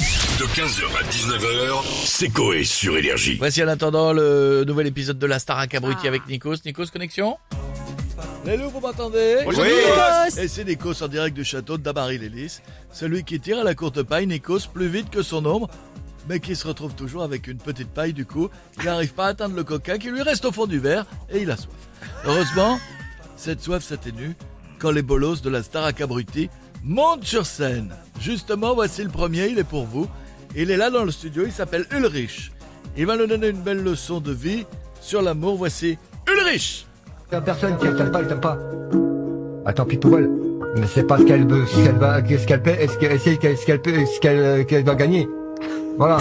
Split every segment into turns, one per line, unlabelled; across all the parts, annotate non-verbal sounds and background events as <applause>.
De 15h à 19h, c'est Coé sur Énergie.
Voici en attendant le nouvel épisode de la Starac abruti avec Nikos. Nikos, connexion Les loups, vous m'entendez
Bonjour,
Et c'est Nikos en direct du château de Dabaril-Hélice. Celui qui tire à la courte paille, Nikos, plus vite que son ombre, mais qui se retrouve toujours avec une petite paille du coup. Il n'arrive pas à atteindre le coquin qui lui reste au fond du verre et il a soif. Heureusement, cette soif s'atténue quand les bolos de la Starac abruti montent sur scène. Justement, voici le premier, il est pour vous. Il est là dans le studio, il s'appelle Ulrich. Il va nous donner une belle leçon de vie sur l'amour. Voici Ulrich
La personne qui t'aime pas, elle t'aime pas. Ah tant pis pour elle. Mais c'est pas ce qu'elle veut, ce qu'elle va, ce qu'elle paie, ce qu'elle ce qu'elle- ce qu'elle paie, ce qu'elle qu'elle va gagner. Voilà.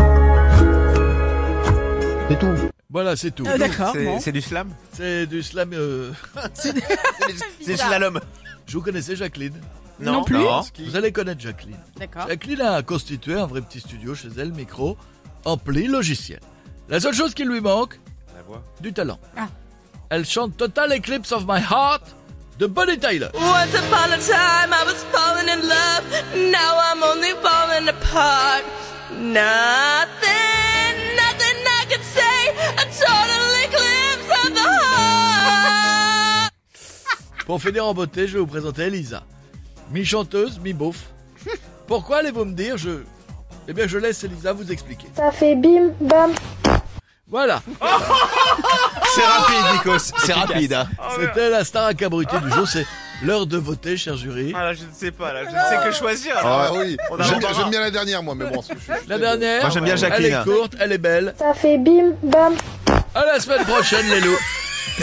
C'est tout.
Voilà, c'est tout.
Euh, D'accord.
C'est
bon.
c'est du slam
C'est du slam. euh, <laughs>
C'est du slalom
Je vous connaissez Jacqueline.
Non plus. Ah.
Vous allez connaître Jacqueline.
D'accord.
Jacqueline a constitué un vrai petit studio chez elle, micro, ampli, logiciel. La seule chose qui lui manque,
La voix.
du talent.
Ah.
Elle chante Total Eclipse of My Heart de Bonnie Tyler.
Once upon a time I was falling in love. Now I'm only falling apart. Nothing, nothing I could say. A total eclipse of the heart.
Pour finir en beauté, je vais vous présenter Elisa. Mi-chanteuse, mi-beauf. Pourquoi allez-vous me dire je... Eh bien, je laisse Elisa vous expliquer.
Ça fait bim, bam.
Voilà,
C'est rapide, Nikos. C'est rapide. hein.
c'était la star à cabruté du jour. C'est l'heure de voter, cher jury.
Ah là, je ne sais pas, là, je ne sais que choisir.
Ah oui,
On a
j'aime
l'embarras.
j'aime bien la dernière moi, mais bon. je- je- je-
La dernière,
Moi, j'aime bien
elle
Jacqueline.
est courte, elle est belle.
Ça fait bim, bam.
À la semaine prochaine, les loups.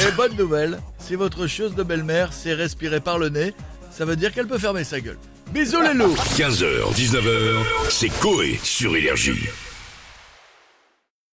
Et bonne nouvelle, si votre chose de belle-mère s'est respirée par le nez, ça veut dire qu'elle peut fermer sa gueule. Bisous, les loups
15h, 19h, c'est Coé sur Énergie.